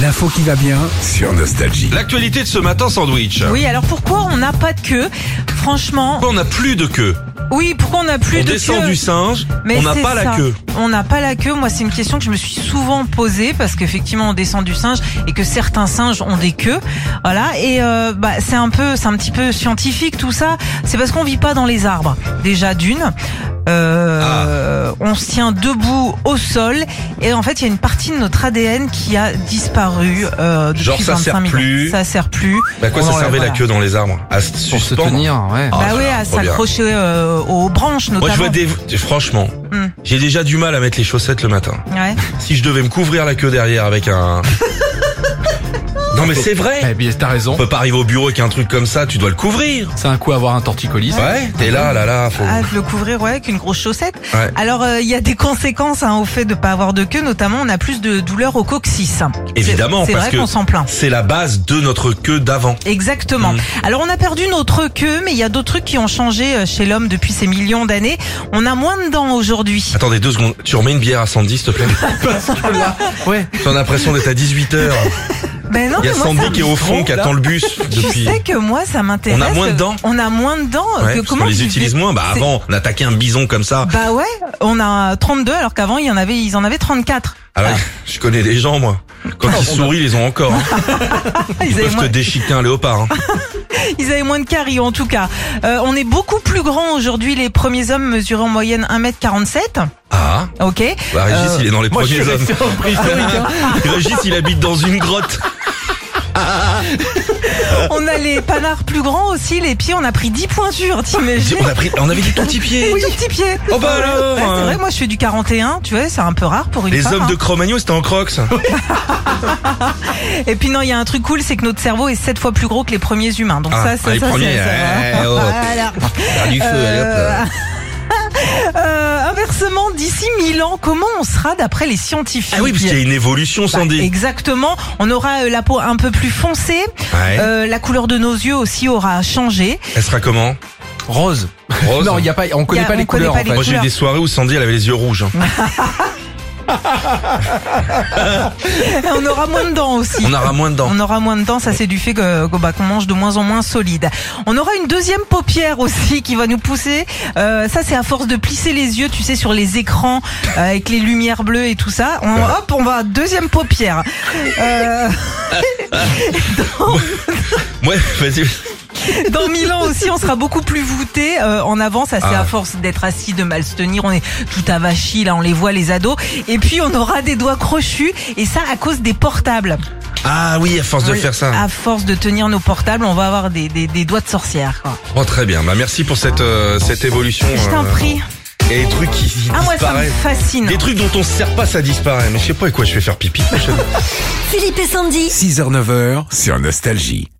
L'info qui va bien sur Nostalgie. L'actualité de ce matin, sandwich. Oui, alors pourquoi on n'a pas de queue Franchement, Pourquoi on n'a plus de queue oui, pourquoi on n'a plus On de descend queue du singe, Mais on n'a c'est pas la ça. queue. On n'a pas la queue. Moi, c'est une question que je me suis souvent posée parce qu'effectivement, on descend du singe et que certains singes ont des queues. Voilà. Et euh, bah, c'est un peu, c'est un petit peu scientifique tout ça. C'est parce qu'on vit pas dans les arbres. Déjà d'une. Euh, On se tient debout au sol et en fait il y a une partie de notre ADN qui a disparu euh, depuis Genre, ça 25 sert millions. plus. Ça sert plus. Bah quoi On ça enlève, servait la voilà. queue dans les arbres À se Pour se suspendre tenir, ouais. Ah, Bah oui, j'adore, à trop bien. s'accrocher euh, aux branches Moi, notamment. je vois des. Oh. Franchement, Hmm. j'ai déjà du mal à mettre les chaussettes le matin. Ouais. Si je devais me couvrir la queue derrière avec un. non, mais c'est vrai Eh bien, t'as raison. On peut pas arriver au bureau avec un truc comme ça, tu dois le couvrir. C'est un coup avoir un torticolis. Ouais, t'es là, là, là, faut. Ah, de le couvrir ouais, avec une grosse chaussette. Ouais. Alors, euh, il y a des conséquences hein, au fait de pas avoir de queue, notamment on a plus de douleur au coccyx. Évidemment, C'est c'est parce vrai que- qu'on s'en plaint. C'est la base de notre queue d'avant. Exactement. Mm. Alors on a perdu notre queue, mais il y a d'autres trucs qui ont changé euh, chez l'homme depuis ces millions d'années. On a moins de dents aujourd'hui. Attendez deux secondes, tu remets une bière à Sandy, s'il te plaît Ouais. T'as l'impression d'être à 18h. Ben non, Il y a mais moi, ça Sandy qui est au me- hein. fond, qui attend le bus Je depuis. sais que moi ça m'intéresse. On a moins de dents. On a moins de dents. Ouais, que parce comment qu'on les tu utilise fais- moins. Bah C'est- avant, on attaquait un bison comme ça. Bah ouais, on a 32 alors qu'avant il y en avait, ils en avaient 34. Ah ouais, je connais des gens, moi. Quand ils sourient, ils les ont encore. hein. Ah, Ils peuvent bah. moins- te déchiqueter un léopard. hein. Ils avaient moins de caries en tout cas. Euh, on est beaucoup plus grand aujourd'hui. Les premiers hommes mesuraient en moyenne 1m47. Ah, Ok. bah Régis, il est Euh, dans les Moi, je suis premiers hommes. resté en préhistorique, hein. Régis, il habite dans une grotte. On a les panards plus grands aussi. Les pieds, on a pris 10 pointures, t'imagines On, a pris, on avait des tout petits pieds. Oui, tout petit pied. Oh bah alors Ouais, C'est vrai, moi je fais du 41, tu vois, c'est un peu rare pour une Les femme. hommes de hein. Cro-Magnon, c'était en crocs. Et puis non, il y a un truc cool, c'est que notre cerveau est 7 fois plus gros que les premiers humains. Donc Ah, ça, ça, les ça, c'est- premiers, ça va. eh, oh. Voilà. du feu, Euh, euh, inversement, d'ici 1000 ans, comment on sera d'après les scientifiques Ah oui, parce qu'il y a une évolution, Bah, Sandy. exactement. On aura euh, la peau un peu plus foncée. Ouais. Euh, la couleur de nos yeux aussi aura changé. Elle sera comment Rose. Rose Non, y a pas, on connaît Y a- pas on les connaît couleurs, pas en les fait. Moi j'ai eu couleurs. des soirées où Sandy elle avait les yeux rouges. hein. Et on aura moins de dents aussi. On aura moins de dents. On aura moins de dents, ça c'est du fait que- que, bah, qu'on mange de moins en moins solide. On aura une deuxième paupière aussi qui va nous pousser. Euh, ça c'est à force de plisser les yeux, tu sais, sur les écrans euh, avec les lumières bleues et tout ça. On, hop, on va à deuxième paupière. Euh, Ouais, vas-y. dans mille ans aussi, on sera beaucoup plus voûté euh, en avant. Ça c'est Ah. à force d'être assis, de mal se tenir. On est tout avachi là, on les voit les ados. Et puis on aura des doigts crochus et ça à cause des portables. Ah oui, à force de Oui, faire ça. À force de tenir nos portables, on va avoir des, des, des doigts de sorcière. Quoi. Oh très bien. Bah merci pour cette euh, cette évolution. Je t'en euh, prie. Et les trucs qui Ah, moi, ça me disparaissent. fascine. Des trucs dont on se sert pas, ça disparaît. Mais je sais pas avec quoi je vais faire pipi. prochainement. Philippe et Sandy. 6h-9h sur Nostalgie.